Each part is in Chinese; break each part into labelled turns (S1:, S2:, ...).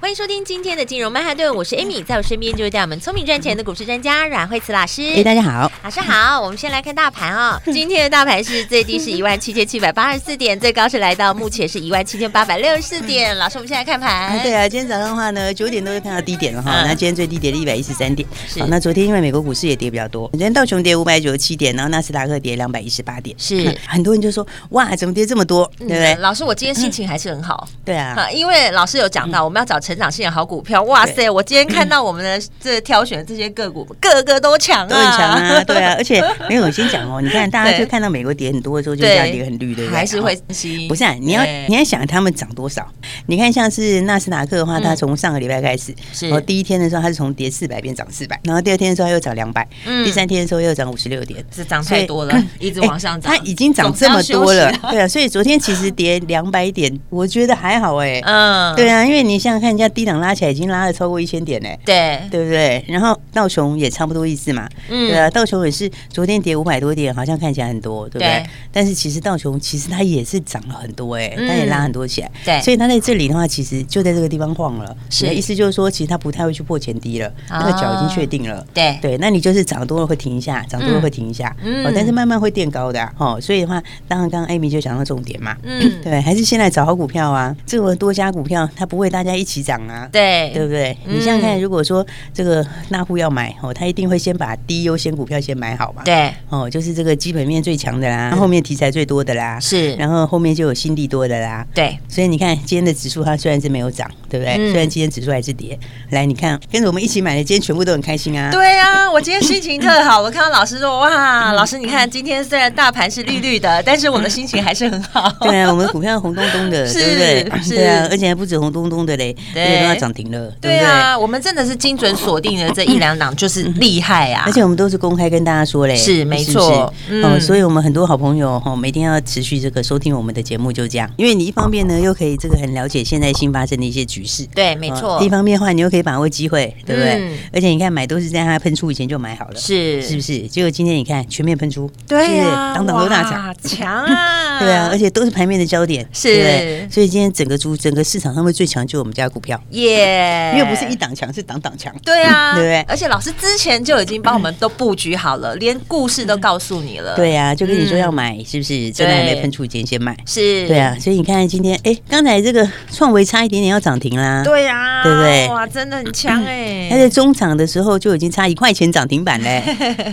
S1: 欢迎收听今天的金融曼哈顿，我
S2: 嗯
S1: 是 Amy，在我身边就是带我们聪明赚钱的股市专家阮慧慈老师。
S2: 哎、大家好，
S1: 老师好，我们先来看大盘 哦。今天的大盘是最低是一万七千七百八十四点，最高是来到目前是一万七千八百六十四点。老师，我们先来看盘。
S2: 啊嗯对啊，今天早上的话呢，九点都会看到低点了哈。
S1: 嗯
S2: 那今天最低跌了一百一十三点。
S1: 是
S2: 好，那昨天因为美国股市也跌比较多，今天道琼跌五百九十七点，然后纳斯达克跌两百一十八点。
S1: 是
S2: 嗯 很多人就说哇，怎么跌这么多？对
S1: 嗯
S2: 不对？
S1: 老师，我今天心情还是很好。
S2: 对啊，
S1: 啊，因为老师有讲到，我们要找成长性的好股票。哇塞，
S2: 嗯对嗯
S1: 我今天看到我们的这挑选的这些个股，个个都强啊，
S2: 都很强 啊，对啊。而且没有我先讲哦，你看大家
S1: 对
S2: 就看到美国跌很多的时候，就
S1: 对
S2: 这样跌很绿，对不对？
S1: 还是会
S2: 哦。
S1: 分析。
S2: 不是、啊，你要
S1: 对
S2: 你要想他们涨多少？你看像是纳斯达克的话，
S1: 嗯
S2: 它从上个礼拜开始，
S1: 是
S2: 然后第一天的时候它是从跌四百变涨四百，然后第二天的时候它又涨两百，
S1: 嗯
S2: 第三天的时候又涨五十六点，
S1: 是涨
S2: 所以哎
S1: 太多了，一直往上涨。
S2: 它已经涨这么多了
S1: 总是要休息，
S2: 对啊，所以昨天其实 跌两百点，我觉得还好哎、
S1: 嗯，
S2: 对啊，因为你想想看，人家低档拉起来已经拉了超过一千点嘞、
S1: 对，
S2: 对不对？然后道琼也差不多意思嘛，
S1: 嗯
S2: 对啊，道琼也是昨天跌五百多点，好像看起来很多，对不对？
S1: 对
S2: 但是其实道琼其实它也是涨了很多哎、
S1: 嗯
S2: 它也拉很多起来，
S1: 对
S2: 所以它在这里的话，其实就在这个地方晃了。
S1: 是啊
S2: 你的意思就是说，其实它不太会去破前低了，那个脚已经确定了。
S1: 对
S2: 对，那你就是涨多了会停一下，涨多了会停一下，
S1: 嗯
S2: 哦，但是慢慢会垫高的、啊、哦。所以的话，当然刚刚 Amy 就讲到重点嘛，
S1: 嗯
S2: 对，还是先来找好股票啊，这种多家股票它不会大家一起涨啊，
S1: 对
S2: 对不对？
S1: 嗯
S2: 你想想看，如果说这个大户要买哦，他一定会先把低优先股票先买好嘛，，
S1: 对嗯
S2: 哦，就是这个基本面最强的啦，后面题材最多的啦，
S1: 是
S2: 然后后面就有新地多的啦，
S1: 对，
S2: 所以你看今天的指数，它虽然是没有涨，对不对？
S1: 嗯
S2: 虽然今天指数还是跌，来你看跟着我们一起买的，今天全部都很开心啊。
S1: 对啊，我今天心情特好，我看到老师说，哇，老师你
S2: 嗯
S1: 看今天虽然大盘是绿绿的，但是我的心情还是很好。
S2: 对啊，我们股票红彤彤的，
S1: 是
S2: 对不
S1: 是
S2: 对？对啊，而且还不止红彤彤的嘞，
S1: 对
S2: 那个都要涨停了，
S1: 对
S2: 对不对？
S1: 啊，我们真的是精准锁定了这一两档，就是厉害啊！
S2: 嗯而且我们都是公开跟大家说嘞，
S1: 是没
S2: 不
S1: 错嗯
S2: 哦，所以我们很多好朋友哦，每天要持续这个收听我们的节目，就这样，因为你一方面呢又可以这个很了解现在新发生的一些局势。
S1: 对，没错
S2: 哦，一方面的话，你又可以把握机会，对不对？
S1: 嗯
S2: 而且你看，买都是在它喷出以前就买好了，
S1: 是
S2: 是不是？结果今天你看全面喷出，
S1: 对
S2: 是不是
S1: 啊，
S2: 当当都大涨，
S1: 哇，强啊！
S2: 对啊，而且都是盘面的焦点，
S1: 是
S2: 对不对所以今天整个主整个市场上面最强就是我们家股票，
S1: 耶，
S2: 因为不是一档强，是档档强。
S1: 对啊，
S2: 对不对
S1: 而且老师之前就已经帮我们都布局好 了，连故事都告诉你了。
S2: 对呀、就跟你说
S1: 嗯
S2: 要买，是不是？真的还没
S1: 对
S2: 喷出以前先买。
S1: 是，
S2: 对啊，所以你看今天，哎，刚才这个创维差一点点要涨停啦。
S1: 对呀，
S2: 对不对嗯
S1: 哇，真的很强哎、
S2: 它在中场的时候就已经差一块钱涨停 板嘞，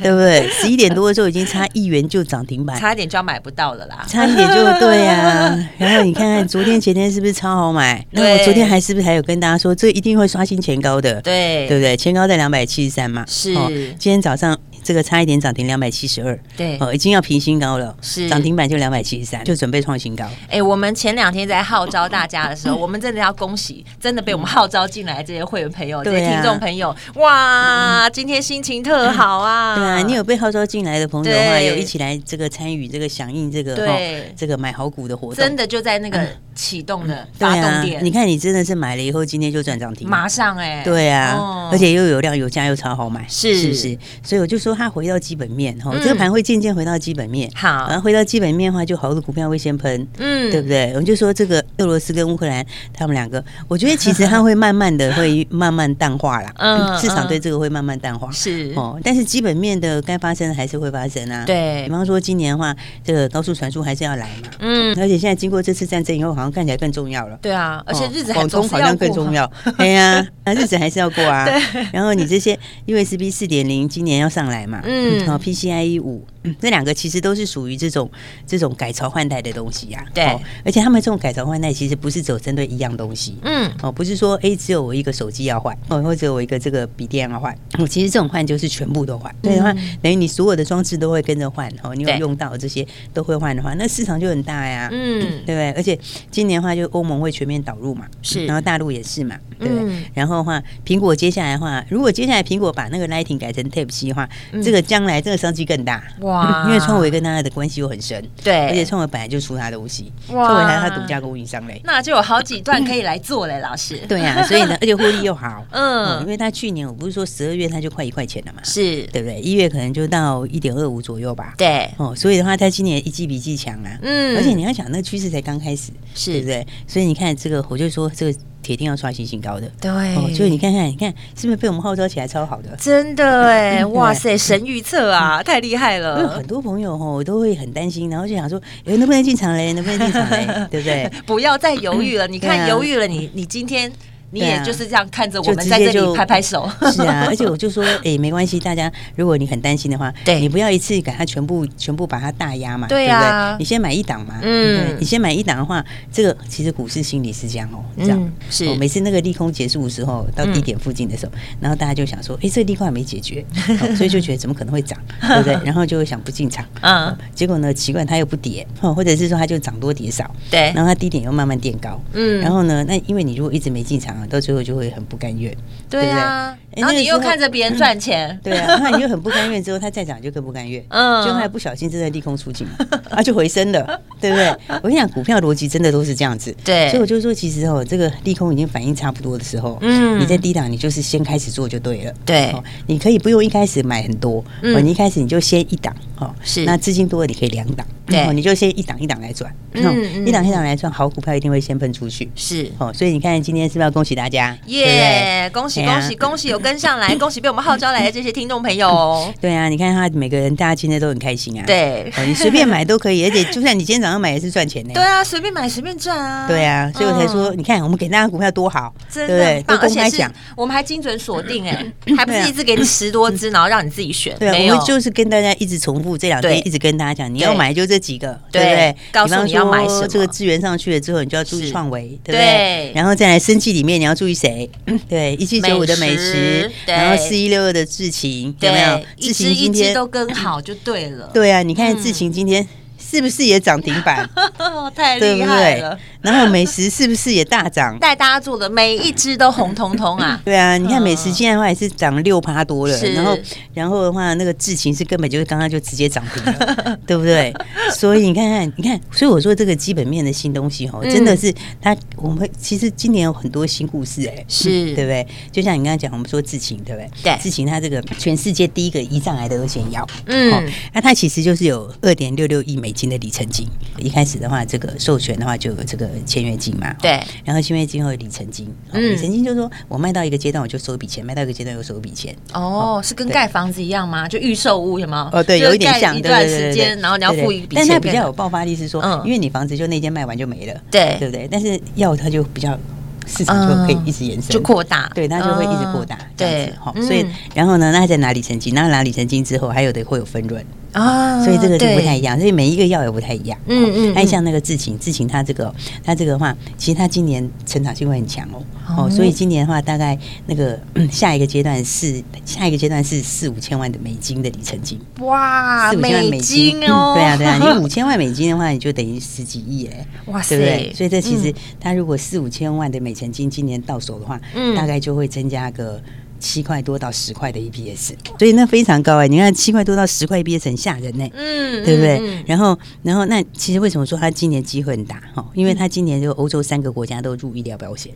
S2: 对不对？十一点多的时候已经差一元就涨停板，
S1: 差一点就要买不到了啦。
S2: 差一点 就对啊。然后你看看昨天前天是不是超好买？那我
S1: 对
S2: 昨天还是不是还有跟大家说，这一定会刷新前高的，
S1: 对
S2: 对不对？前高在两百七十三嘛，哦
S1: 是
S2: 今天早上这个差一点涨停两百七十二，
S1: 对
S2: 哦，已经要平新高了，
S1: 是
S2: 涨停板就两百七十三，就准备创新高。
S1: 哎、我们前两天在号召大家的 时候，我们真的要恭喜，真的被我们号召进来这些会员朋友、这些
S2: 对啊嗯
S1: 听众朋友，哇，今天心情特好啊！
S2: 对啊，你有被号召进来的朋友的话，
S1: 对
S2: 有一起来这个参与这个响应这个
S1: 对
S2: 哦这个买好股的活动，嗯
S1: 真的就在那个启动的
S2: 对
S1: 发动
S2: 啊
S1: 点，，
S2: 你看你真的是买了以后，今天就赚涨停，
S1: 马上哎、
S2: 对啊，
S1: 哦
S2: 而且又有量有价又超好买，
S1: 是
S2: 不是？所以我就说它回到基本面哈，哦
S1: 嗯
S2: 这个盘会渐渐回到基本面。
S1: 好
S2: 然，后回到基本面的话，就好的股票会先喷，
S1: 嗯，
S2: 对不对？我们就说这个俄罗斯跟乌克兰他们两个，我觉得其实它会慢慢的会 慢慢淡化啦，
S1: 嗯
S2: 市场
S1: 嗯
S2: 对这个会慢慢淡化。
S1: 是，
S2: 哦，但是基本面的该发生的还是会发生啊。
S1: 对
S2: 比方说今年的话，这个高速传输还是要来嘛。
S1: 嗯，
S2: 而且现在经过这次战争以后，好像看起来更重要了。
S1: 对啊，而且日子还
S2: 哦广
S1: 总
S2: 东
S1: 是
S2: 好
S1: 要
S2: 像更
S1: 过
S2: 重。要，哎呀，那日子还是要过啊。然后你这些 USB 四点零今年要上来来嘛，
S1: 嗯
S2: 好 PCIe 五、嗯这两个其实都是属于这种这种改朝换代的东西呀、
S1: 对
S2: 而且他们这种改朝换代其实不是只有针对一样东西，
S1: 嗯，
S2: 哦，不是说诶只有我一个手机要换，哦，或者我一个这个笔电要换。我、其实这种换就是全部都换，对的话，等于你所有的装置都会跟着换，哦，你有
S1: 嗯对
S2: 用到这些都会换的话，那市场就很大呀。
S1: 嗯
S2: 对不对？而且今年的话，就欧盟会全面导入嘛，
S1: 是
S2: 然后大陆也是嘛，对不对？
S1: 嗯
S2: 然后的话，苹果接下来的话，如果接下来苹果把那个 Lighting 改成 Type C 的话，这个将来这个商机更大。
S1: 嗯哇
S2: 因为创维跟他的关系又很深，
S1: 对
S2: 而且创维本来就出他的东西，
S1: 哇
S2: 创维还是他独家供应商 嘞，
S1: 那就有好几段可以来做嘞，老师。
S2: 嗯 对啊呀、所以呢，而且获利又好，
S1: 嗯
S2: 因为他去年我不是说十二月他就快一块钱了嘛，
S1: 是，
S2: 对不对？一月可能就到一点二五左右吧，
S1: 对，
S2: 哦，所以的话，他今年一季比一季强啊，
S1: 嗯
S2: 而且你要想，那个趋势才刚开始，
S1: 是
S2: 对不对？所以你看这个，我就说这个铁定要刷新新高的，
S1: 对
S2: 哦，所以你看看，你看是不是被我们号召起来超好的？
S1: 真的 哎，
S2: 嗯
S1: 哇塞，神预测啊，太厉害
S2: 因为
S1: 了
S2: 很，多朋友哦，都会很担心，然后就想说，哎，能不能进场嘞？能不能进 场嘞？对不对？
S1: 不要再犹豫了。你
S2: 对
S1: 看
S2: 啊
S1: 犹豫了，你你今天你
S2: 对啊
S1: 也就是这样看着我
S2: 就
S1: 们
S2: 直
S1: 在这
S2: 接
S1: 里
S2: 就
S1: 拍拍手，
S2: 是 啊，而且我就说，哎、没关系，大家，如果你很担心的话，
S1: 对
S2: 你不要一次给它全部全部把它大压嘛，
S1: 对
S2: 不
S1: 啊
S2: 对？你先买一档嘛，
S1: 嗯
S2: 对你先买一档的话，这个其实股市心理是这样哦，这样。
S1: 嗯是
S2: 哦每次那个利空结束的时候，到低点附近的时候，然后大家就想说，哎、这个利空还没解决、 哦所以就觉得怎么可能会涨，对不对？然后就会想不进场，
S1: 嗯，
S2: 结果呢，奇怪它又不跌，哦或者是说它就涨多跌少，
S1: 对
S2: 然，后它低点又慢慢垫高，
S1: 哎嗯
S2: 然后呢，那因为你如果一直没进场啊，到最后就会很不甘愿，
S1: 对啊，
S2: 对不对哎
S1: 然后
S2: 那个
S1: 你又
S2: 时候
S1: 看着别人赚钱，
S2: 对啊， 那你就很不甘愿，之后它再涨就更不甘愿，
S1: 嗯
S2: 嗯，就还不小心真的利空出尽了， 啊，就回升了，对不对？我跟你讲，股票逻辑真的都是这样子，
S1: 对
S2: 所以我就说，其实哦，这个利空已经反应差不多的时候，
S1: 嗯
S2: 嗯，你在低档，你就是先开始做就对了，
S1: 对
S2: 哦你可以不用一开始买很多，
S1: 嗯
S2: 哦，你一开始你就先一档，哦，
S1: 是
S2: 那资金多了你可以两档，
S1: 对
S2: 哦你就先一档一档来转，
S1: 嗯
S2: 哦
S1: 嗯
S2: 一档一档来转，好股票一定会先喷出去，
S1: 是。
S2: 哦，所以你看今天是不是要恭喜大家？对不对
S1: 耶！恭喜
S2: 对啊
S1: 恭喜恭喜有跟上来，恭喜被我们号召来的这些听众朋友 哦。
S2: 对啊，你看他每个人，大家今天都很开心啊。
S1: 对
S2: 哦，你随便买都可以，而且就算你今天早上买也是赚钱呢。
S1: 对啊，随便买随便赚啊。
S2: 对啊，所以我才说，你看我们给大家股票多好，
S1: 真
S2: 对不
S1: 的
S2: 对
S1: 很棒，
S2: 都
S1: 而
S2: 公
S1: 且
S2: 开
S1: 是
S2: 讲。
S1: 我们还精准锁定 哎、还不是
S2: 对啊
S1: 一直给你十多只，然后让你自己选，
S2: 对
S1: 没
S2: 啊，
S1: 有
S2: 我们就是跟大家一直重复这两
S1: 对
S2: 天，一直跟大家讲，你要
S1: 对
S2: 买就这几个，
S1: 对
S2: 对不对？
S1: 告诉你要买什么
S2: 这个资源上去了之后，你就要注
S1: 是
S2: 意创维，对不
S1: 对
S2: 对？然后再来生气里面，你要注意谁？对，一七九五的
S1: 美
S2: 美
S1: 食
S2: 食，
S1: 对
S2: 然后四一六二的智勤，
S1: 对
S2: 有没有？
S1: 一
S2: 智
S1: 只
S2: 勤
S1: 一
S2: 今
S1: 只
S2: 天
S1: 都跟好就对了，
S2: 对啊，你看
S1: 嗯
S2: 智勤今天是不是也涨停板？
S1: 太
S2: 对
S1: 厉
S2: 不
S1: 害
S2: 对
S1: 了，？
S2: 然后美食是不是也大涨？，
S1: 带大家做的每一只都红彤彤啊
S2: 对啊，你看美食
S1: 嗯
S2: 现在的话也是涨六趴多了
S1: 是，
S2: 然后然后的话，那个智勤是根本就是刚刚就直接涨停了，对 不对？所以你看看，你看，所以我说这个基本面的新东西哦，
S1: 嗯
S2: 真的是它，我们其实今年有很多新故事哎，
S1: 是
S2: 嗯对不对？就像你刚刚讲，我们说智勤，对不对？
S1: 对
S2: 智勤它这个全世界第一个胰脏癌的二选药，
S1: 嗯
S2: 哦，那它其实就是有二点六六亿美金的里程金，一开始的话，这个授权的话就有这个签约金嘛，
S1: 对，
S2: 然后签约金后有里程金，哦
S1: 嗯
S2: 里程金就是说我卖到一个阶段我就收一笔钱，卖到一个阶段又收一笔钱。
S1: 哦，是跟
S2: 对
S1: 盖房子一样吗？就预售屋有吗？
S2: 哦，对，
S1: 就是
S2: 有一点
S1: 盖
S2: 像，
S1: 一
S2: 对
S1: 段
S2: 对对
S1: 时
S2: 对
S1: 间，然后你要
S2: 对对
S1: 付一笔
S2: 但
S1: 钱，
S2: 是它比较有爆发力，是说
S1: 嗯，
S2: 因为你房子就那间卖完就没了，
S1: 对
S2: 对不对？但是药它就比较市场就可以一直延伸，
S1: 嗯就扩大，
S2: 对，它就会一直扩大
S1: 嗯，
S2: 这样
S1: 对
S2: 子，好，
S1: 嗯
S2: 所以然后呢，那它再拿里程金，那拿里程金之后，还有的会有分润，
S1: 啊
S2: 所以这个就不太
S1: 对
S2: 一样，所以每一个药也不太一样。哦
S1: 嗯嗯
S2: 那
S1: 嗯
S2: 像那个智勤，智勤它这个它这个的话，其实它今年成长性会很强哦。
S1: 哦
S2: 哦，所以今年的话，大概那个嗯下一个阶段是下一个阶段是四五千万的美金的里程金，
S1: 哇，
S2: 四五千万
S1: 啊美金哦，
S2: 嗯对 啊对啊，你五千万美金的话，你就等于十几亿哎，
S1: 哇
S2: 对不对？所以这其实
S1: 嗯
S2: 它如果四五千万的美成金今年到手的话，
S1: 嗯
S2: 大概就会增加个。七块多到十块的 EPS，所以那非常高哎、你看七块多到十块 EPS 很吓人呢、
S1: 嗯，
S2: 对不对？
S1: 嗯嗯
S2: 然后，然后那其实为什么说他今年机会很大哈？
S1: 嗯
S2: 因为他今年就欧洲三个国家都入医疗保险，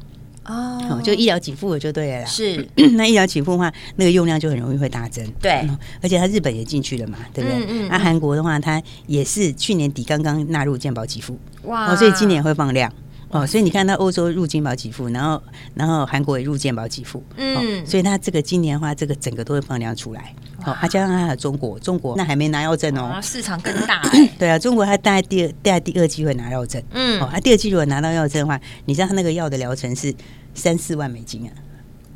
S1: 哦
S2: 哦，就医疗给付了就对了啦。
S1: 是
S2: 那医疗给付的话，那个用量就很容易会大增。
S1: 对
S2: 嗯而且它日本也进去了嘛，对不对？
S1: 嗯嗯
S2: 那、
S1: 嗯
S2: 韩国的话，它也是去年底刚刚纳入健保给付，
S1: 哇
S2: 哦，所以今年会放量。哦，所以你看到欧洲入健保给付，然后然后韩国也入健保给付，哦
S1: 嗯
S2: 所以它这个今年的话，这个整个都会放量出来。哦，啊，加上它还有中国，中国那还没拿药证哦
S1: 哇，，市场更 大欸
S2: 对啊，中国它大概第二大概第二季会拿药证，哦，
S1: 嗯，
S2: 它第二季如果拿到药证的话，你知道它那个药的疗程是三四万美金啊，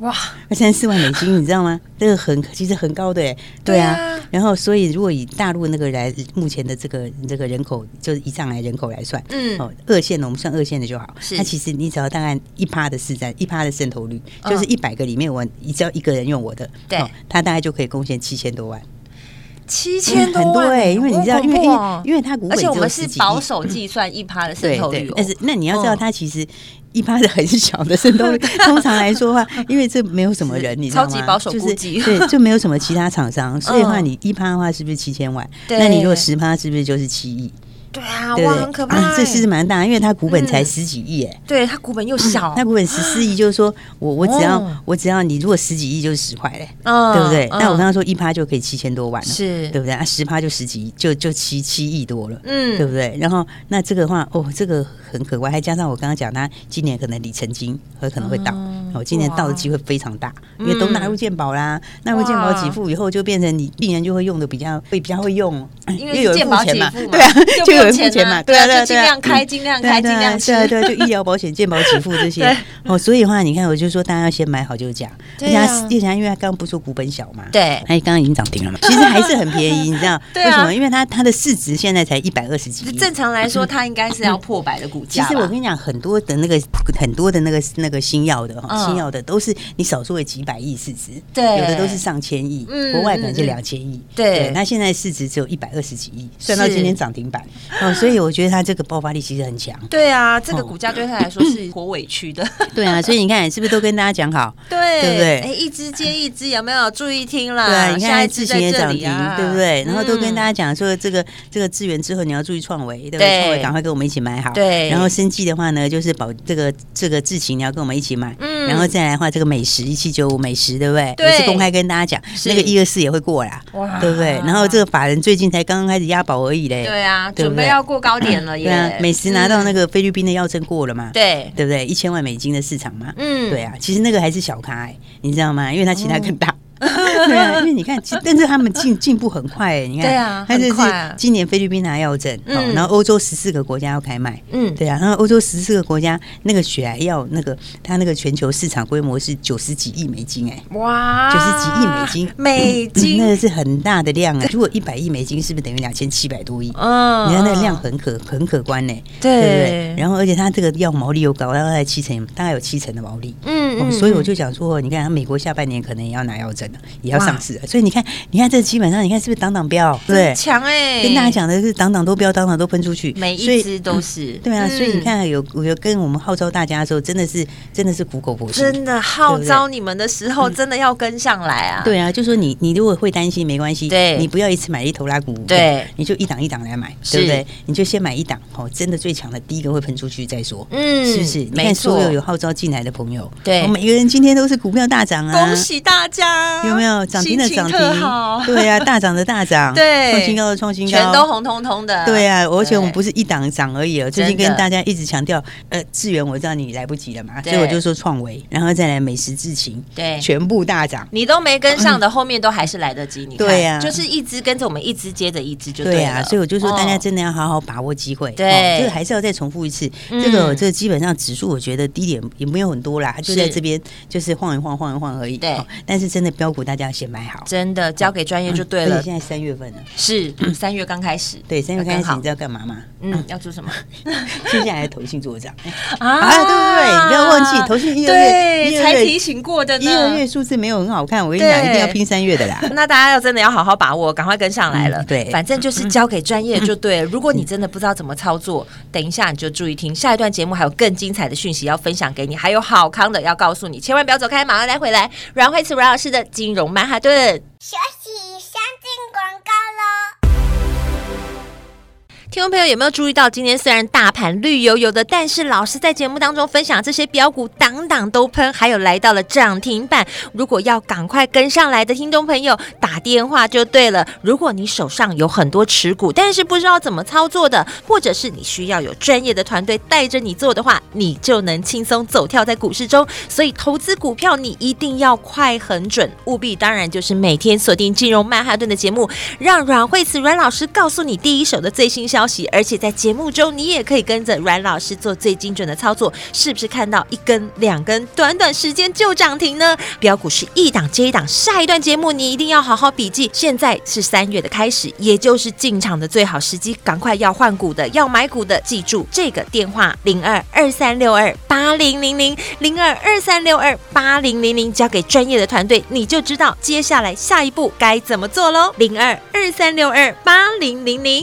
S1: 哇，
S2: 三四万美金，你知道吗？ 这个很其实很高的哎，对啊。
S1: 对啊
S2: 然后，所以如果以大陆那个来目前的这个这个人口，就是一上来人口来算，
S1: 嗯
S2: 哦，二线的我们算二线的就好。
S1: 是
S2: 那其实你只要大概一趴的市占，一趴的渗透率，
S1: 嗯
S2: 就是一百个里面我只要一个人用我的，哦
S1: 对
S2: 他大概就可以贡献七千多万，
S1: 七千多
S2: 很多
S1: 万
S2: 哎，
S1: 欸，
S2: 因为你知道，
S1: 好
S2: 因为
S1: 恐怖
S2: 因为
S1: 哦
S2: 因为他股
S1: 而
S2: 本只
S1: 且我
S2: 有
S1: 们
S2: 十
S1: 是
S2: 几亿
S1: 保守计算一趴的渗
S2: 对
S1: 透率
S2: 对
S1: 哦，，
S2: 但是那你要知道，
S1: 嗯
S2: 它其实一趴是很小的渗 透率。通常来说的话，因为这没有什么人，
S1: 是
S2: 你知道吗？
S1: 超级保守估计
S2: 就是、对，就没有什么 其他厂商，所以的话，
S1: 嗯
S2: 你一趴的话是不是七千万？
S1: 对
S2: 那你如果十趴是不是就是七亿？
S1: 对啊，
S2: 对
S1: 哇，
S2: 不对？
S1: 很可怕欸，
S2: 这是蛮大，因为它股本才
S1: 嗯
S2: 十几亿哎。
S1: 对它股本又小，
S2: 它股本十四亿，就是说我我只要、
S1: 哦
S2: 我只要你如果十几亿就是十块嘞，
S1: 嗯
S2: 对不对？那我
S1: 嗯
S2: 刚刚说一趴就可以七千多万了，
S1: 是
S2: 对不对？啊，十趴就十几亿，就就七七亿多了。
S1: 嗯
S2: 对不对？然后那这个的话，哦，这个很可观，还加上我刚刚讲，他今年可能里程金很可能会到，
S1: 哦
S2: 哦，今年到的
S1: 哇
S2: 机会非常大，因
S1: 嗯
S2: 为都纳入健保啦，纳入健保
S1: 哇
S2: 给付以后，就变成你病人就会用的比较会比较会用，
S1: 因
S2: 又
S1: 为是
S2: 人
S1: 健
S2: 付
S1: 保给
S2: 钱
S1: 付
S2: 嘛
S1: 嘛，，
S2: 对 啊，
S1: 就
S2: 就
S1: 不
S2: 有
S1: 用
S2: 人付
S1: 钱
S2: 钱
S1: 啊
S2: 嘛，
S1: 对
S2: 啊，
S1: 啊，
S2: 对啊，
S1: 就尽
S2: 对啊
S1: 量开，
S2: 嗯
S1: 尽量
S2: 对啊
S1: 开，
S2: 对
S1: 尽
S2: 啊
S1: 量吃
S2: 对，啊，对啊，就医疗保险、健保给付这些
S1: 对。
S2: 哦，所以的话，你看，我就说大家要先买好就讲，而
S1: 对
S2: 且
S1: 啊
S2: 它叶霞，因为它刚刚不是说股本小嘛，
S1: 对
S2: 哎，刚刚已经涨停 了嘛，其实还是很便宜，你知 道
S1: 对
S2: 为
S1: 啊
S2: 什么？因为它它的市值现在才一百二十几亿，
S1: 正常来说，它应该是要破百的股
S2: 嗯其
S1: 价吧。
S2: 实我跟你讲，很多的那个很多的那个那个新药的哈，
S1: 嗯
S2: 新药的都是你少说也几百亿市值，
S1: 对
S2: 有的都是上千亿，
S1: 嗯
S2: 国外可能就
S1: 嗯嗯
S2: 两千亿，
S1: 对
S2: 那现在市值只有一百二十几亿，算到
S1: 是
S2: 今天涨停板哦，所以我觉得它这个爆发力其实很强。
S1: 对啊，
S2: 哦
S1: 这个股价对他来说是颇委屈 的，
S2: 对啊，所以你看是不是都跟大家讲好？
S1: 对
S2: 对不对
S1: 哎，一只接一只，有没有注意听啦？
S2: 对啊，你看
S1: 下
S2: 它
S1: 一只
S2: 智行
S1: 在
S2: 也
S1: 这
S2: 涨
S1: 里
S2: 停
S1: 啊，，
S2: 对不对？然后都跟大
S1: 家
S2: 家讲说，这个这个资源之后你要注意创维，对不
S1: 对
S2: 对？创维赶快跟我们一起买好。
S1: 对
S2: 然后生计的话呢，就是保这个这个智行你要跟我们一起买。
S1: 嗯
S2: 然后再来的话，这个美食一七九五美食，对不对？
S1: 对
S2: 也是公开跟大家讲，
S1: 是
S2: 那个一二四也会过啦，
S1: 哇
S2: 对不对？然后这个法人最近才刚刚开始押宝而已嘞。
S1: 对啊，
S2: 对不
S1: 准
S2: 对
S1: 备要过高点了
S2: 对啊
S1: 耶，。
S2: 美食拿到那
S1: 个
S2: 个菲律宾的药证过了嘛？
S1: 对，
S2: 对不对？一千万美金的市场嘛，
S1: 嗯哦
S2: 对啊，其实那个还是小咖哎、你知道吗？因为它其他更 大。对啊，因为你看，其但是他们进进步很快哎、你看，
S1: 对啊
S2: 它就
S1: 很
S2: 是
S1: 快啊
S2: 今年菲律宾拿药证，
S1: 嗯
S2: 哦然后欧洲十四个国家要开卖，
S1: 嗯，
S2: 对啊，然后欧洲十四个国家那个血癌药那个它那个全球市场规模是九十几亿美金哎、
S1: 哇，
S2: 九十几亿美金
S1: 美
S2: 那
S1: 金，
S2: 个是很大的量啊、如果一百亿美金，是不是等于两千七百多亿？
S1: 嗯
S2: 你看那量很可很可观呢、
S1: 对
S2: 对不对？然后而且它这个药毛利又高，大概七成，大概有七成的毛利。
S1: 嗯
S2: 哦
S1: 嗯，
S2: 所以我
S1: 嗯
S2: 就讲说，你看，美国下半年可能也要拿药证了，也要上市了。所以你看，你看这基本上，你看是不是档档标？对
S1: 很，强哎，
S2: 跟大家讲的是档档都标，档档都喷出去，
S1: 每
S2: 所
S1: 一
S2: 以
S1: 只都是，
S2: 对啊，所以你
S1: 嗯。
S2: 看有我有跟我们号召大家的时候，真的是真的是苦口婆心。
S1: 真的号召你们的时候，真的要跟上来啊！
S2: 嗯对啊，就说你你如果会担心没关系，
S1: 对
S2: 你不要一次买一头拉股，
S1: 对，
S2: 你就一档一档来买，
S1: 是
S2: 对不对？你就先买一档哦，真的最强的第一个会喷出去再说，
S1: 嗯
S2: 是不是？你
S1: 没
S2: 看
S1: 错
S2: 所有有号召进来的朋友，
S1: 对
S2: 哦每个人今天都是股票大涨啊，
S1: 恭喜大家，
S2: 有没有涨停的
S1: 啊心情
S2: 涨停
S1: 特好？，
S2: 对啊，大涨的大涨，
S1: 对
S2: 创新高的创新高，
S1: 全都红彤彤的。
S2: 对啊，而且我们不
S1: 是
S2: 是一档涨而已哦。最近
S1: 真的
S2: 跟大家一直强调，呃，智源我知道你来不及了嘛，
S1: 对
S2: 所以我就说创维，然后再来美食智勤，
S1: 对。
S2: 全部大涨。
S1: 你都没跟上的，后面都还是来得及。你看
S2: 对啊
S1: 就是一只跟着我们，一只接着一只就
S2: 对
S1: 了
S2: 啊，所以我就说大家
S1: 哦
S2: 真的要好好把握机会。哦
S1: 对
S2: 这个还是要再重复一次。
S1: 嗯
S2: 这个这个基本上指数，我觉得低点也没有很多啦，它就是在这边就是晃一晃晃一晃而已。
S1: 对
S2: 哦但是真的标股大家要先买好。
S1: 真的交给专业就对
S2: 而且
S1: 了。
S2: 现在三月份了，
S1: 是三月刚开始，
S2: 嗯对，三月开
S1: 要跟
S2: 始
S1: 好
S2: 你知道干嘛吗？
S1: 嗯，要做什 么
S2: 接下来投信 做账。
S1: 啊
S2: 啊，对对对，你不要忘记，投信一二月，一
S1: 对，
S2: 二
S1: 才提
S2: 月，
S1: 醒过的
S2: 一二
S1: 呢
S2: 月。数字没有很好看，我跟你讲，
S1: 对
S2: 一定要拼三月的啦。
S1: 那大家要真的要好好把握，赶快跟上来了。
S2: 嗯对
S1: 反正就是交给专业就 对了。如果你真的不知道怎么操作，等一下你就注意听下一段节目，还有更精彩的讯息要分享给你，还有好康的要告诉你，千万不要走开，马上来回来。阮慧慈阮老师的金融曼哈顿。
S3: 学习相进广告喽。
S1: 听众朋友有没有注意到，今天虽然大盘绿油油的，但是老师在节目当中分享这些标股，档档都喷，还有来到了涨停板。如果要赶快跟上来的听众朋友，打打电话就对了。如果你手上有很多持股，但是不知道怎么操作的，或者是你需要有专业的团队带着你做的话，你就能轻松走跳在股市中。所以投资股票你一定要快、很准，务必当然就是每天锁定金融曼哈顿的节目，让阮慧慈阮老师告诉你第一手的最新消息，而且在节目中你也可以跟着阮老师做最精准的操作，是不是看到一根两根，短短时间就涨停呢？标股是一档接一档，下一段节目你一定要好好笔记。现在是三月的开始，也就是进场的最好时机，赶快要换股的，要买股的，记住这个电话零二二三六二八零零零零二二三六二八零零零，交给专业的团队，你就知道接下来下一步该怎么做喽。零二二三六二八零零零。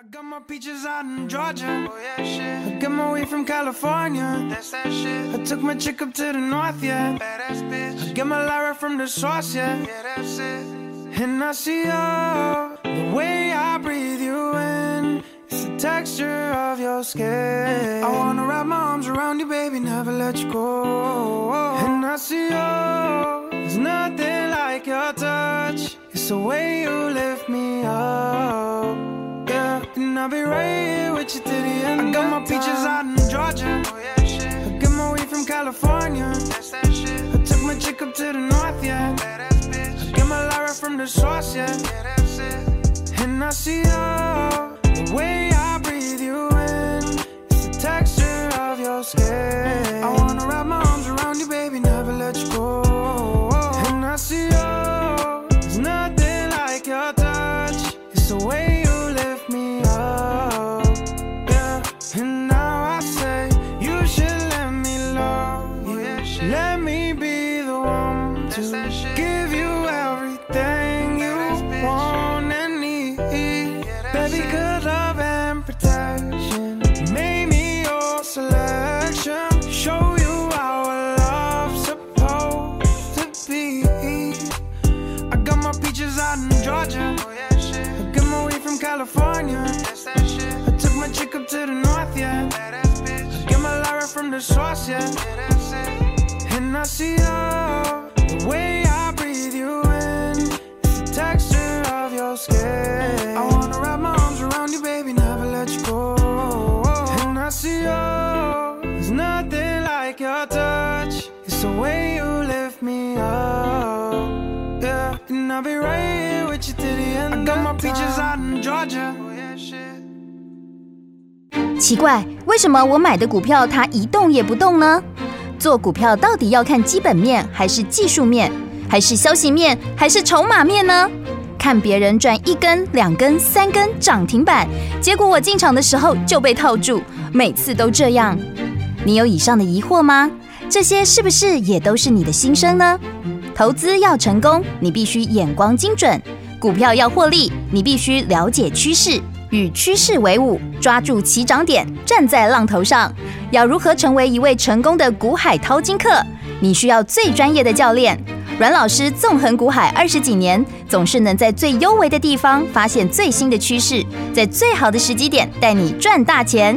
S4: I got my peaches out in Georgia. Oh yeah, shit. I got my weed from California. That's that shit. I took my chick up to the north, yeah. Badass bitch. I got my Lyra from the source, yeah. Yeah, that's it. And I see you. The way I breathe you in. It's the texture of your skin. I wanna wrap my arms around you, baby, never let you go. And I see you. There's nothing like your touch. It's the way you lift me up yeah. And I'll be right here with you till the end. I got my peaches out in Georgia. Oh, yeah, shit. I got my weed from California. That's that shit. I took my chick up to the north, yeah. Badass bitch. I got my Lyra from the source, yeah. Yeah, that's it. And I see you. The way I breathe you in. It's the texture of your skin. I wanna wrap my arms around you, baby, never let you go. And I see you. There's nothing like your touch. It's the way you lift me up. Yeah. And now I say, you should let me love you. Let me be the one to give you everything you want and need. Baby, good love and protection. Made me your selection. Show you how a love's supposed to be. I got my peaches out in Georgia. Oh, yeah, shit. I got my weed from California. That's that shit. I took my chick up to the north, yeah. Badass bitch. I got my Lyra from the source, yeah. Yeah, that's it. And I see you. The way I breathe you in. It's the texture of your skin. I wanna wrap my arms around you, baby, never let you go. And I see you. There's nothing like your touch. It's the way you lift me up yeah. And I'll be right here with you till the end. I got my peaches out in Georgia. Oh, yeah, shit.
S5: 奇怪，为什么我买的股票它一动也不动呢？做股票到底要看基本面，还是技术面，还是消息面，还是筹码面呢？看别人赚一根、两根、三根涨停板，结果我进场的时候就被套住，每次都这样。你有以上的疑惑吗？这些是不是也都是你的心声呢？投资要成功，你必须眼光精准；股票要获利，你必须了解趋势，与趋势为伍，抓住起涨点，站在浪头上。要如何成为一位成功的股海淘金客？你需要最专业的教练。阮老师纵横股海二十几年，总是能在最优微的地方发现最新的趋势，在最好的时机点带你赚大钱。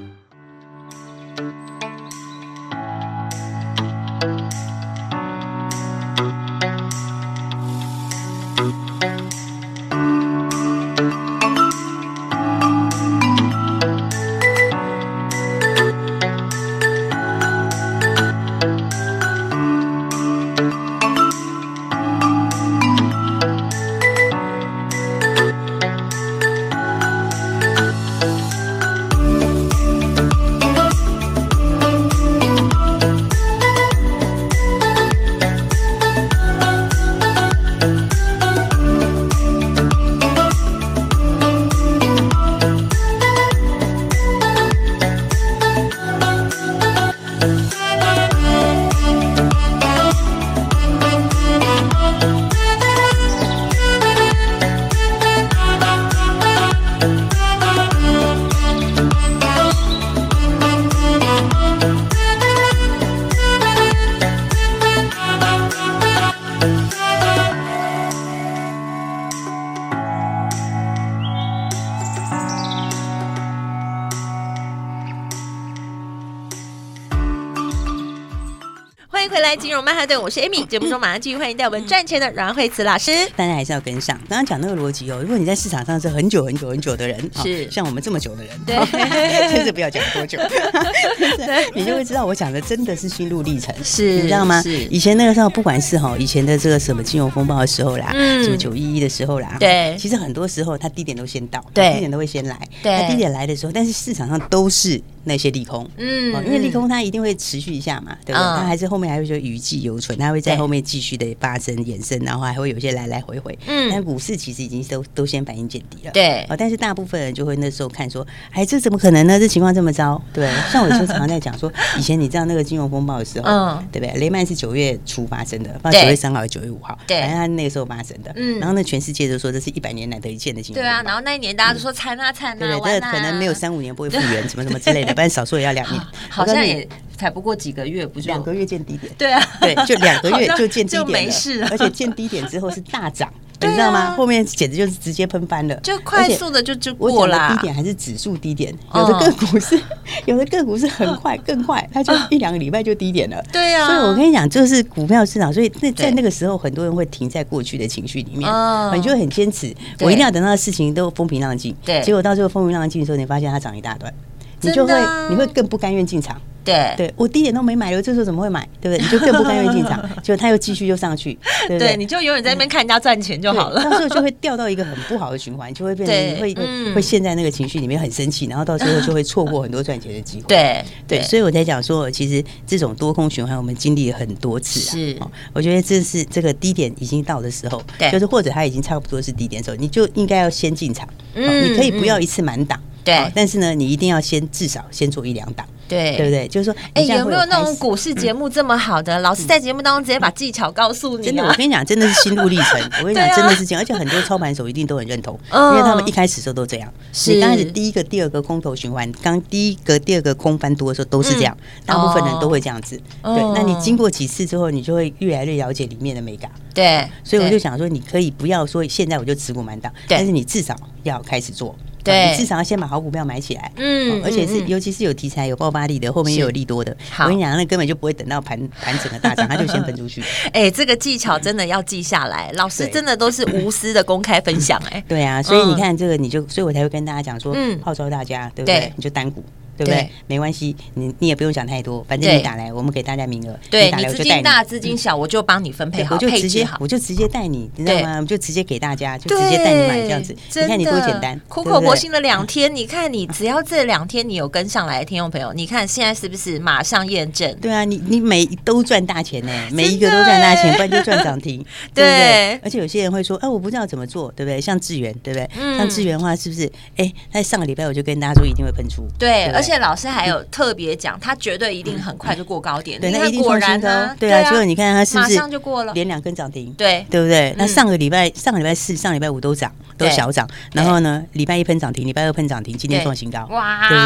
S1: 欢迎回来，金融曼哈顿，我是 Amy。节目中马上继续欢迎带我们赚钱的阮慧慈老师。
S2: 大家还是要跟上。刚刚讲那个逻辑哦，如果你在市场上是很久很久很久 的人，哦
S1: 是
S2: 像我们这么久的人，哦
S1: 对
S2: 真是不要讲 多久，就是你就会知道我讲的真的是心路历程，
S1: 是
S2: 你知道吗？
S1: 是
S2: 以前那个时候，不管是哈以前的这个什么金融风暴的时候啦，
S1: 嗯
S2: 什么九一一的时候啦，
S1: 对
S2: 其实很多时候它低点都先到，
S1: 对
S2: 低点都会先来，
S1: 对
S2: 它低点来的时候，但是市场上都是那些利空，
S1: 嗯
S2: 哦因为利空它一定会持续一下嘛，对不对？
S1: 嗯
S2: 它还是后面还会说余悸犹存，它会在
S1: 对
S2: 后面继续的发生衍生，然后还会有一些来来回回。
S1: 嗯
S2: 但股市其实已经都都先反应见底了。
S1: 对
S2: 哦，但是大部分人就会那时候看说，哎，这怎么可能呢？这情况这么糟？对，像我有时候常常在讲说，以前你知道那个金融风暴的时候，
S1: 嗯
S2: 对不对？雷曼是九月初发生的，放
S1: 对
S2: 九月三号、九月五号，
S1: 对
S2: 反正它那个时候发生的。
S1: 嗯
S2: 然后呢，全世界都说这是一百年难得一见的金融
S1: 对
S2: 风暴。
S1: 啊，然后那一年大家都说惨啊惨
S2: 对
S1: 啊，
S2: 不对？
S1: 完
S2: 这
S1: 啦。
S2: 可能没有三五年不会复原，什么什么之类的，不然少说也要两年
S1: 好
S2: 我告
S1: 像
S2: 诉你
S1: 也才不过几个月，不就
S2: 两个月见低点。
S1: 对啊，
S2: 对，就两个
S1: 好
S2: 月
S1: 像
S2: 就见低点
S1: 就
S2: 了
S1: 没事了，
S2: 而且见低点之后是大涨，你
S1: 对啊
S2: 知道吗？后面简直就是直接喷翻了，
S1: 就快速的就就
S2: 而且我
S1: 过
S2: 讲的
S1: 啦
S2: 低。点还啊是指数低点，
S1: 嗯
S2: 有的个股是 有的个股是很 快更快，它就一两个礼拜就低点了。
S1: 对啊，
S2: 所以我跟你讲，就是股票市场，所以那在
S1: 对
S2: 那个时候，很多人会停在过去的情绪里面，
S1: 哦
S2: 你就会很坚持，
S1: 对
S2: 我一定要等到事情都风平浪静。
S1: 对
S2: 结果到最后风平浪静的时候，你发现它涨一大段，你就
S1: 真的
S2: 会
S1: 啊
S2: 你会更不甘愿进场。
S1: 对
S2: 对我低点都没买，我这时候怎么会买？对不对？你就更不甘愿进场， 结果它又继续又上去，对
S1: 对，
S2: 不对？嗯
S1: 你就永远在那边看人家赚钱就
S2: 对
S1: 好了。
S2: 到时候就会掉到一个很不好的循环，就会变
S1: 对
S2: 成会
S1: 嗯
S2: 会会陷在那个情绪里面，很生气，然后到最后就会错过很多赚钱的机会。
S1: 对
S2: 对，所以我才讲说，其实这种多空循环我们经历了很多次、啊。
S1: 是
S2: 哦，我觉得这是这个低点已经到的时候
S1: 对，
S2: 就是或者它已经差不多是低点的时候，你就应该要先进场。哦
S1: 嗯
S2: 你可以不要一次满档。
S1: 对
S2: 哦但是呢，你一定要先至少先做一两档，
S1: 对
S2: 对不对？就是说，
S1: 哎、
S2: 你这样
S1: 有
S2: 会
S1: 没有那
S2: 开
S1: 种
S2: 始嗯
S1: 股市节目这么好的？老师在节目当中直接把技巧告诉你、啊，
S2: 真的，我跟你讲，真的是心路历程。 我跟你
S1: 对
S2: 讲
S1: 啊，
S2: 真的是这样，而且很多操盘手一定都很认同，
S1: 嗯
S2: 因为他们一开始时候都这样。
S1: 是
S2: 你刚开始第一个、第二个空头循环，刚第一个、第二个空翻多的时候都是这样，大部分人都会这样子。
S1: 嗯哦
S2: 对，那你经过几次之后，你就会越来越了解里面的美感。
S1: 对，
S2: 所以我
S1: 对
S2: 就想说，你可以不要说现在我就持股满档，
S1: 对
S2: 但是你至少要开始做，
S1: 对
S2: 你至少要先把好股票买起来，
S1: 嗯
S2: 哦而且是
S1: 嗯嗯
S2: 尤其是有题材、有爆发力的，后面又有利多的，
S1: 好
S2: 我跟你讲，那根本就不会等到盘盘整个大涨，它 就先分出去。
S1: 哎、这个技巧真的要记下来，老师
S2: 对，
S1: 真的都是无私的公开分享、哎
S2: 对啊，所以你
S1: 嗯
S2: 看这个，你就，所以我才会跟大家讲说
S1: 嗯，
S2: 号召大家，对不对
S1: 对？
S2: 你就单股。对不对
S1: 对？
S2: 没关系，你你也不用想太多，反正
S1: 对
S2: 你打来，我们给大家名额，
S1: 对
S2: 打
S1: 你
S2: 来我
S1: 资
S2: 就带
S1: 金
S2: 你。嗯
S1: 大，资金小，我就帮你分配
S2: 对，
S1: 好，
S2: 我就
S1: 配
S2: 直接
S1: 置好。
S2: 我就直接带你，你知道
S1: 对
S2: 吗？我就直接给大家，就
S1: 对，
S2: 直接带你买这样子。你
S1: 真
S2: 看你多
S1: 的
S2: 简单，
S1: 苦
S2: 对
S1: 口
S2: 不
S1: 婆
S2: 对
S1: 心了两天。你看，你只要这两天你有跟上来的听众朋友，你看现在是不是马上验证？
S2: 对啊，你你每都赚大钱呢、每 一
S1: 真
S2: 个
S1: 的
S2: 都赚大钱
S1: 欸，
S2: 不然就赚涨停，
S1: 对
S2: 对不对？而且有些人会说，哎、我不知道怎么做，对不对？像智源，对不对？
S1: 嗯
S2: 像智源的话，是不是？哎、在上个礼拜我就跟大家说一定会喷出，
S1: 对，
S2: 不
S1: 而且老师还有特别讲，他绝对一定很快就过高点。
S2: 嗯对，
S1: 你
S2: 那
S1: 看
S2: 一定
S1: 果
S2: 创
S1: 然
S2: 新高，
S1: 呢，
S2: 对啊。结果你看它是不
S1: 马
S2: 是
S1: 上就过了。
S2: 连两根涨停？
S1: 对
S2: 对不对？那
S1: 嗯
S2: 上个礼拜、上个礼拜四、上礼拜五都涨，都
S1: 对
S2: 小涨。然后呢，礼拜一喷涨停，礼拜二喷涨停，今天
S1: 对
S2: 创新高，
S1: 哇
S2: 对不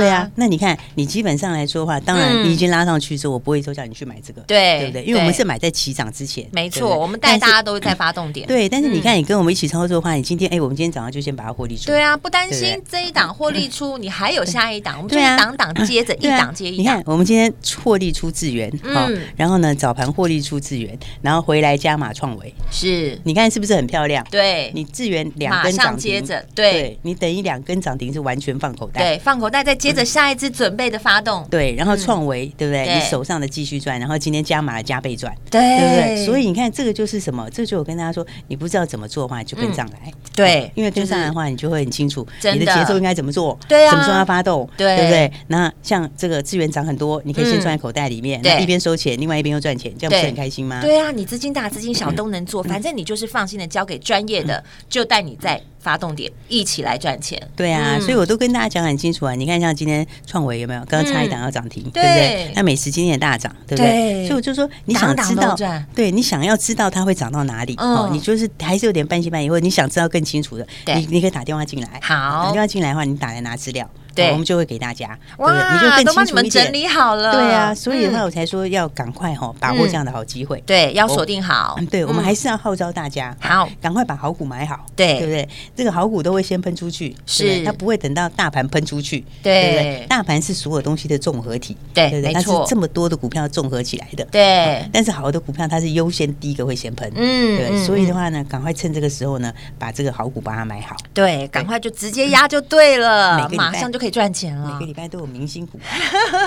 S2: 对？对啊，那你看，你基本上来说的话，当然
S1: 嗯
S2: 你已经拉上去之后，我不会说叫你去买这个，
S1: 对
S2: 对不对？因为我们
S1: 对
S2: 是买在起涨之前，
S1: 没
S2: 对不
S1: 错，
S2: 对
S1: 我们带大。
S2: 但是
S1: 家都在发动点。
S2: 对，但是你
S1: 嗯
S2: 看，你跟我们一起操作的话，你今天哎，我们今天早上就先把它获利出来。
S1: 对啊，不担
S2: 对
S1: 心这一档获利出，你还有下一档，我们就
S2: 对
S1: 一
S2: 啊
S1: 档档接着一
S2: 对啊
S1: 档接一
S2: 你看
S1: 档。，
S2: 我们今天获利出智源，好
S1: 嗯，
S2: 然后呢，早盘获利出智源，然后回来加码创维，
S1: 是，
S2: 你看是不是很漂亮？
S1: 对，
S2: 你智源两
S1: 马
S2: 根
S1: 上
S2: 涨
S1: 接
S2: 停，
S1: 着，对
S2: 你等于两根涨停是完全放口袋。
S1: 对，放口袋，再接着下一支准备的发动。
S2: 对，然后
S1: 嗯
S2: 创维，对不对？
S1: 对
S2: 你手上的继续赚，然后今天加码了加倍赚，
S1: 对
S2: 对不对？所以你看，这个就是什么？这就我跟大家说，你不知道怎么做的话，你就
S1: 嗯
S2: 跟上来。
S1: 对
S2: 哦因为跟上来
S1: 就
S2: 的
S1: 是
S2: 话，你就会很清楚
S1: 真
S2: 你
S1: 的
S2: 的节奏应该怎么做，
S1: 对啊
S2: 什么时候要发动，
S1: 对
S2: 不对？那像这个资源涨很多，你可以先
S1: 嗯
S2: 装在口袋里面，
S1: 对
S2: 那一边收钱，另外一边又赚钱，这样不
S1: 对
S2: 是很开心吗？
S1: 对啊，你资金大资金小都能
S2: 嗯
S1: 做，反正你就是放心的交给专业的，就带你在发动点一起来赚钱。
S2: 对啊，
S1: 嗯
S2: 所以我都跟大家讲很清楚啊。你看，像今天创维有没有？刚刚差一档要涨停，对不
S1: 对
S2: 对？那美食今天也大涨，对不对？
S1: 对
S2: 所以我就说，你
S1: 档
S2: 想
S1: 档
S2: 知
S1: 都
S2: 道
S1: 赚，
S2: 对你想要知道它会涨到哪里，
S1: 嗯
S2: 哦，你就是还是有点半信半疑，或者你想知道更清楚的，
S1: 对
S2: 你你可以打电话进来。
S1: 好
S2: 打电话进来的话，你打来拿资料。
S1: 对
S2: 哦我们就会给大家，对不对你就
S1: 哇，
S2: 更
S1: 都
S2: 清
S1: 帮你
S2: 楚
S1: 们
S2: 一点
S1: 整。理好了。
S2: 对啊，所以的话
S1: 嗯
S2: 我才说要赶快哈、把握这样的好机会。
S1: 对要锁定好
S2: 嗯，。对，我们
S1: 嗯
S2: 还是要号召大家，
S1: 好
S2: 赶快把好股买好，
S1: 哦对
S2: 对不对？这个好股都会先喷出去，
S1: 是
S2: 对不对它不会等到大盘喷出去，
S1: 对
S2: 不对？大盘是所有东西的综合体，
S1: 对
S2: 不对？
S1: 没
S2: 它是
S1: 错
S2: 这么多的股票综合起来的，
S1: 对，
S2: 但是好的股票它是优先第一个会先喷，
S1: 嗯
S2: 对，
S1: 嗯
S2: 所以的话呢，赶快趁这个时候呢，把这个好股把它买好。
S1: 对，赶快就直接压就对
S2: 每
S1: 了
S2: 个，礼拜
S1: 马上就可以赚钱
S2: 每
S1: 了
S2: 个，礼拜都有明 星股，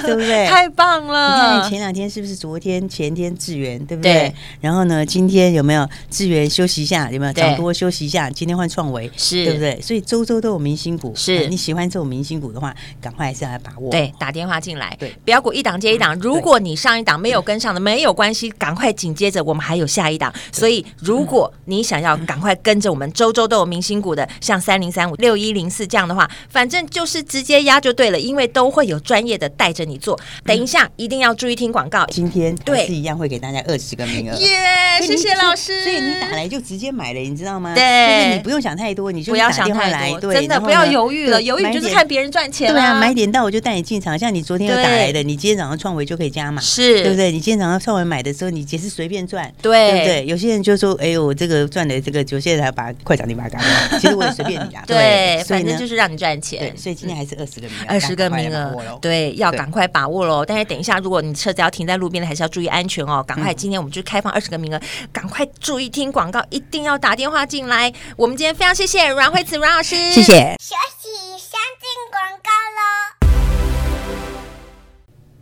S2: 对不对？
S1: 嗯太棒
S2: 你看
S1: 了！
S2: 前两天是不是昨天、前天智源对不对？
S1: 对
S2: 然后呢，今天有没有智源休息一下？有没有
S1: 对
S2: 涨多休息一下？今天换创维
S1: 是
S2: 对不对？所以周周都有明星股，
S1: 是
S2: 啊你喜欢这种明星股的话，赶快还是要来把握。
S1: 对，打电话进来
S2: 对，嗯
S1: 标股一档接一档。如果你上一档没有跟上的，没有关系，赶快紧接着我们还有下一档。所
S2: 嗯
S1: 以，如果你想要赶快跟着我们周周都有明星股的，像三零三五、六一零四这样的话，反正就是直接压就对了，因为都会有专业的带着你做。等一下一定要注意听广告。
S2: 今天还
S1: 对
S2: 是一样会给大家二十个名额。
S1: 耶，
S2: 所以
S1: 谢
S2: 你
S1: 谢老师。
S2: 所以你打来就直接买了，你知道吗？
S1: 对
S2: 就是你不用想太多，你就
S1: 不要
S2: 打
S1: 想
S2: 电话
S1: 太
S2: 来，
S1: 多，
S2: 对，
S1: 真的
S2: 然后
S1: 不要
S2: 呢
S1: 犹豫了，
S2: 对
S1: 犹豫
S2: 买
S1: 就是
S2: 点
S1: 看别人赚钱
S2: 对啊，
S1: 啦
S2: 买点到我就带你进场。像你昨天有打
S1: 对
S2: 来的，你今天早上创维就可以加嘛，
S1: 是
S2: 对不对？你今天早上创维买的时候，你也是随便赚，
S1: 对
S2: 对不对？有些人就说：“哎呦，我这个赚的这个，有些人还把快涨停把它干掉。”其实我也随便你啦，
S1: 对，
S2: 所以
S1: 反
S2: 呢
S1: 正就是让你赚钱
S2: 对，。所以今天还是二十个名额，
S1: 嗯二十个
S2: 赶快
S1: 名
S2: 来把握
S1: 额
S2: 咯，。
S1: 对，要
S2: 对
S1: 赶快把握喽。但是等一下，如果你车子要停在路边的，还是要注意安全哦。赶快，今天我们就开放二十个名额，赶快注意听广告，一定要打电话进来。我们今天非常谢谢阮慧慈阮老师，
S2: 谢谢。
S3: 学习先进广告喽。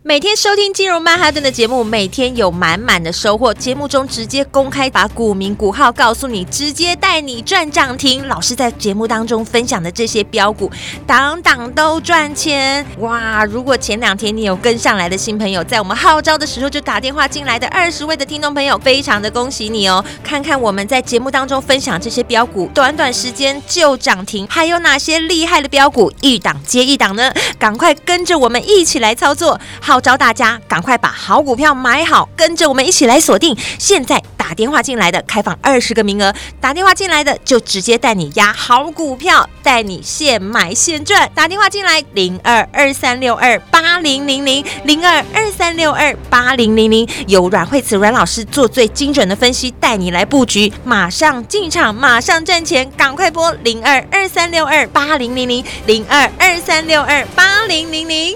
S1: 每天收听《金融曼哈顿》的节目，每天有满满的收获。节目中直接公开把股民股号告诉你，直接带你赚涨停。老师在节目当中分享的这些标股，档档都赚钱哇！如果前两天你有跟上来的新朋友，在我们号召的时候就打电话进来的二十位的听众朋友，非常的恭喜你哦！看看我们在节目当中分享这些标股，短短时间就涨停，还有哪些厉害的标股，一档接一档呢？赶快跟着我们一起来操作，号召大家赶快把好股票买好，跟着我们一起来锁定。现在打电话进来的开放二十个名额，打电话进来的就直接带你压好股票，带你现买现赚。打电话进来零二二三六二八零零零零二二三六二八零零零，有阮慧慈阮老师做最精准的分析，带你来布局，马上进场，马上赚钱，赶快拨零二二三六二八零零零零二二三六二八零零零。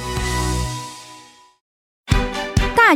S5: 大